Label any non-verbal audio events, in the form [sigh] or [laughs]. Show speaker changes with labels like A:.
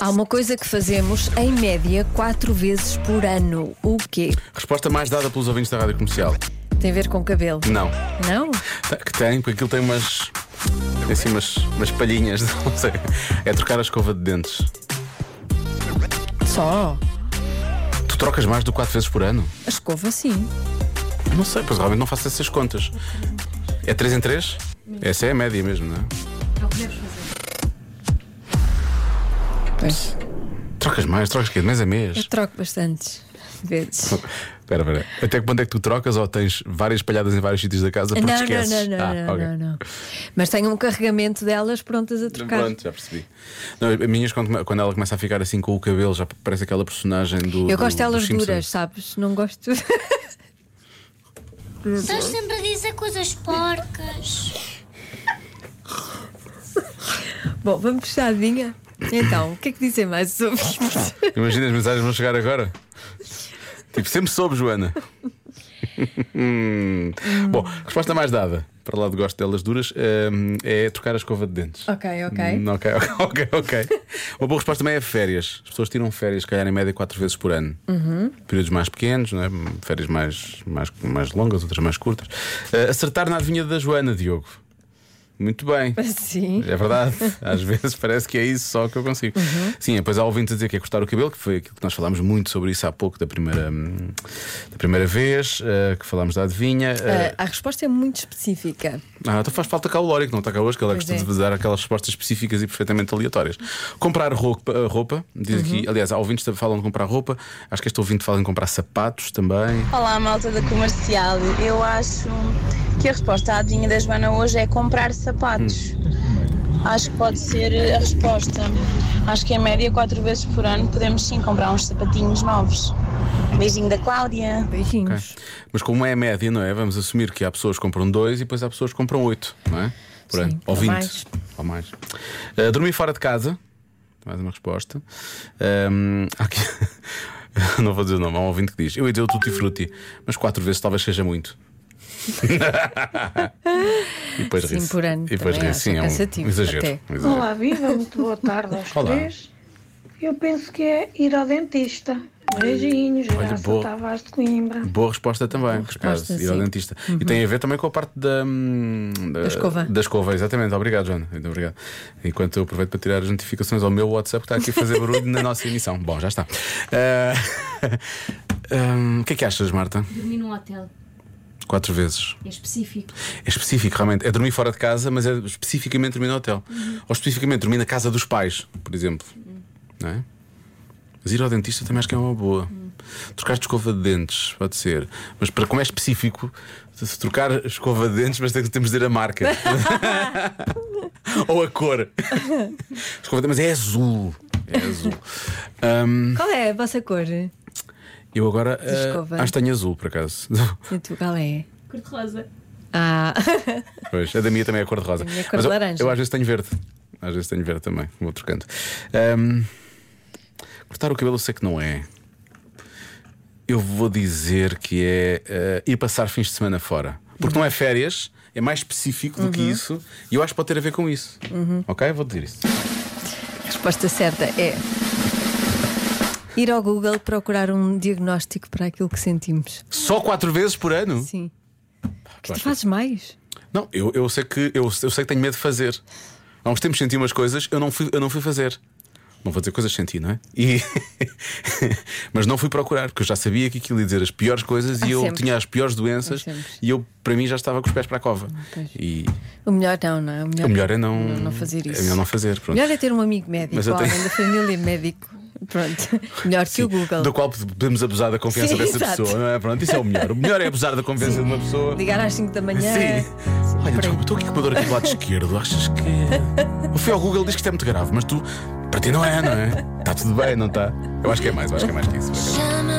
A: Há uma coisa que fazemos em média quatro vezes por ano. O quê?
B: Resposta mais dada pelos ouvintes da rádio comercial.
A: Tem a ver com cabelo?
B: Não.
A: Não?
B: Tá- Que tem, porque aquilo tem umas. Tem assim umas, umas palhinhas, [laughs] não sei. É trocar a escova de dentes.
A: Só?
B: Tu trocas mais do que 4 vezes por ano?
A: A escova, sim.
B: Não sei, pois realmente não faço essas contas. É 3 em 3? Essa é a média mesmo, não é?
A: Pois. É.
B: Trocas mais, trocas quê? De mês a
A: Eu
B: mês?
A: troco bastantes vezes.
B: Espera, espera. Até quando é que tu trocas ou tens várias palhadas em vários sítios da casa porque
A: não,
B: esqueces?
A: não, não, não,
B: Ah, ok.
A: não, não. Mas tenho um carregamento delas prontas a trocar.
B: Pronto, já percebi. Não, as minhas, quando, quando ela começa a ficar assim com o cabelo, já parece aquela personagem do.
A: Eu
B: do-
A: gosto delas
B: dos Simpsons.
A: duras, sabes? Não gosto.
C: Estás sempre a dizer coisas porcas.
A: [laughs] Bom, vamos fechadinha? Então, o que é que dizem mais sobre isto?
B: Imagina as mensagens vão chegar agora. Tipo, sempre
A: [laughs]
B: soube, Joana. Bom, resposta mais dada, para lá de gosto delas duras, hum, é trocar a escova de dentes.
A: Ok, ok.
B: Hum, ok, [laughs] ok, ok. Uma boa resposta também é férias. As pessoas tiram férias, se calhar, em média, quatro vezes por ano.
A: Uhum.
B: Períodos mais pequenos, não é? férias mais, mais, mais longas, outras mais curtas. Ah, acertar na adivinha da Joana, Diogo. Muito bem.
A: [laughs] Sim.
B: É verdade, [laughs] às vezes parece que é isso só que eu consigo.
A: Uhum.
B: Sim, depois há ouvintes a dizer que é cortar o cabelo, que foi aquilo que nós falámos muito sobre isso há pouco da primeira, hum, da primeira vez, eh, que falámos da adivinha. eh,
A: Ah, a resposta é muito específica.
B: ah, então faz falta cá o Lórico, não está cá hoje, que ele
A: Eh, Pois
B: gosta de
A: é.
B: dar aquelas respostas específicas e perfeitamente aleatórias. Comprar roupa, eh, roupa diz aqui,
A: Uhum.
B: aliás, há ouvintes que falam de comprar roupa, acho que este ouvinte fala em comprar sapatos também.
D: Olá, malta da comercial. Eu acho que a resposta à adivinha da Joana hoje é comprar sapatos. Acho que pode ser a resposta. Acho que em média, quatro vezes por ano, podemos sim comprar uns sapatinhos novos. Beijinho da Cláudia.
A: Beijinhos.
B: Mas como é a média, não é? Vamos assumir que há pessoas que compram dois e depois há pessoas que compram oito, não é? Por
A: Sim,
B: ano. Ou
A: ou
B: vinte.
A: mais.
B: Ou mais. Ah, dormir fora de casa. Mais uma resposta. Ahm, há aqui. [laughs] Não vou dizer o nome, há um ouvinte que diz: Eu ia dizer o tutti frutti, mas quatro vezes talvez seja muito. [laughs] e depois
A: Sim,
B: ri-se.
A: por ano
B: E depois
A: também
B: ri-se.
A: acho
B: Sim, é um
A: cansativo,
B: exagero.
A: até.
B: um exagero.
E: Olá, viva, muito boa tarde aos
B: Olá.
E: três. Eu penso que é ir ao dentista. Beijinhos,
B: Olha,
E: Graça
B: boa.
E: Tavares de Coimbra.
B: Boa resposta também, por
A: resposta,
B: acaso, ir
A: sim.
B: ao
A: Uhum.
B: dentista. E tem a ver também com a parte da, hum, da,
A: escova.
B: da escova, exatamente. Obrigado, Joana. Muito obrigado. Enquanto eu aproveito para tirar as notificações ao meu WhatsApp que está aqui a fazer barulho na nossa emissão. Bom, já está. Ah, [laughs] hum, O que é que achas, Marta?
F: Dormi num hotel,
B: Quatro vezes.
F: é específico.
B: É específico, realmente. É dormir fora de casa, mas é especificamente dormir no hotel. Ou especificamente dormir na casa dos pais, por exemplo. Não é? Mas ir ao dentista também acho que é uma boa. Trocar de escova de dentes, pode ser. Mas para como é específico, se se trocar escova de dentes, mas tem que- temos de dizer a marca. Ou a cor. Escova de dentes, mas é azul. É azul. Ahm,
A: Qual é a vossa cor? E
B: eu agora ah,
A: escova.
B: acho que tenho azul, por acaso.
A: tu, qual é?
F: Cor de rosa.
A: Ah,
B: Pois, a da minha também é cor de rosa.
A: A minha é cor
B: Mas
A: de
B: eu,
A: laranja.
B: eu às vezes tenho verde. Às vezes tenho verde também, vou trocando. Ahm, cortar o cabelo eu sei que não é. Eu vou dizer que é eh, ir passar fins de semana fora. Porque não é férias, é mais específico do que
A: Uhum.
B: isso. E eu acho que pode ter a ver com isso. Ok? Vou dizer isso.
A: a resposta certa é. Ir ao Google procurar um diagnóstico para aquilo que sentimos.
B: Só quatro vezes por ano?
A: Sim. Que tu
B: Basta.
A: fazes mais?
B: Não, eu, eu sei que eu, eu sei que tenho medo de fazer. Há uns tempos senti umas coisas, eu não fui, eu não fui fazer. Não vou dizer coisas que senti, não é? E- [laughs] Mas não fui procurar, porque eu já sabia que aquilo ia dizer as piores coisas
A: Há
B: e eu
A: Ah, sempre.
B: tinha as piores doenças
A: Há sempre. Ah,
B: e eu, para mim, já estava com os pés para a cova.
A: pois.
B: E
A: O melhor não, não é? O melhor,
B: o melhor é não,
A: não, fazer isso.
B: É melhor não fazer.
A: O
B: Pronto.
A: melhor é ter um amigo médico,
B: Mas
A: Mas
B: eu tenho-
A: alguém da família médico.
B: [laughs]
A: Pronto. Melhor que o Google.
B: Do qual podemos abusar da confiança
A: Sim,
B: dessa
A: exato.
B: pessoa, não é? Pronto, isso é o melhor. O melhor é abusar da confiança de uma pessoa.
A: Ligar às 5 da manhã.
B: Sim. Olha, desculpa, estou aqui com uma dor aqui do lado esquerdo. Achas que. Eu fui ao Google, diz que isto é muito grave, mas tu. Para ti não é, não é? Está tudo bem, não está? Eu acho que é mais, eu acho que é mais que isso. por acaso.
C: Chama-me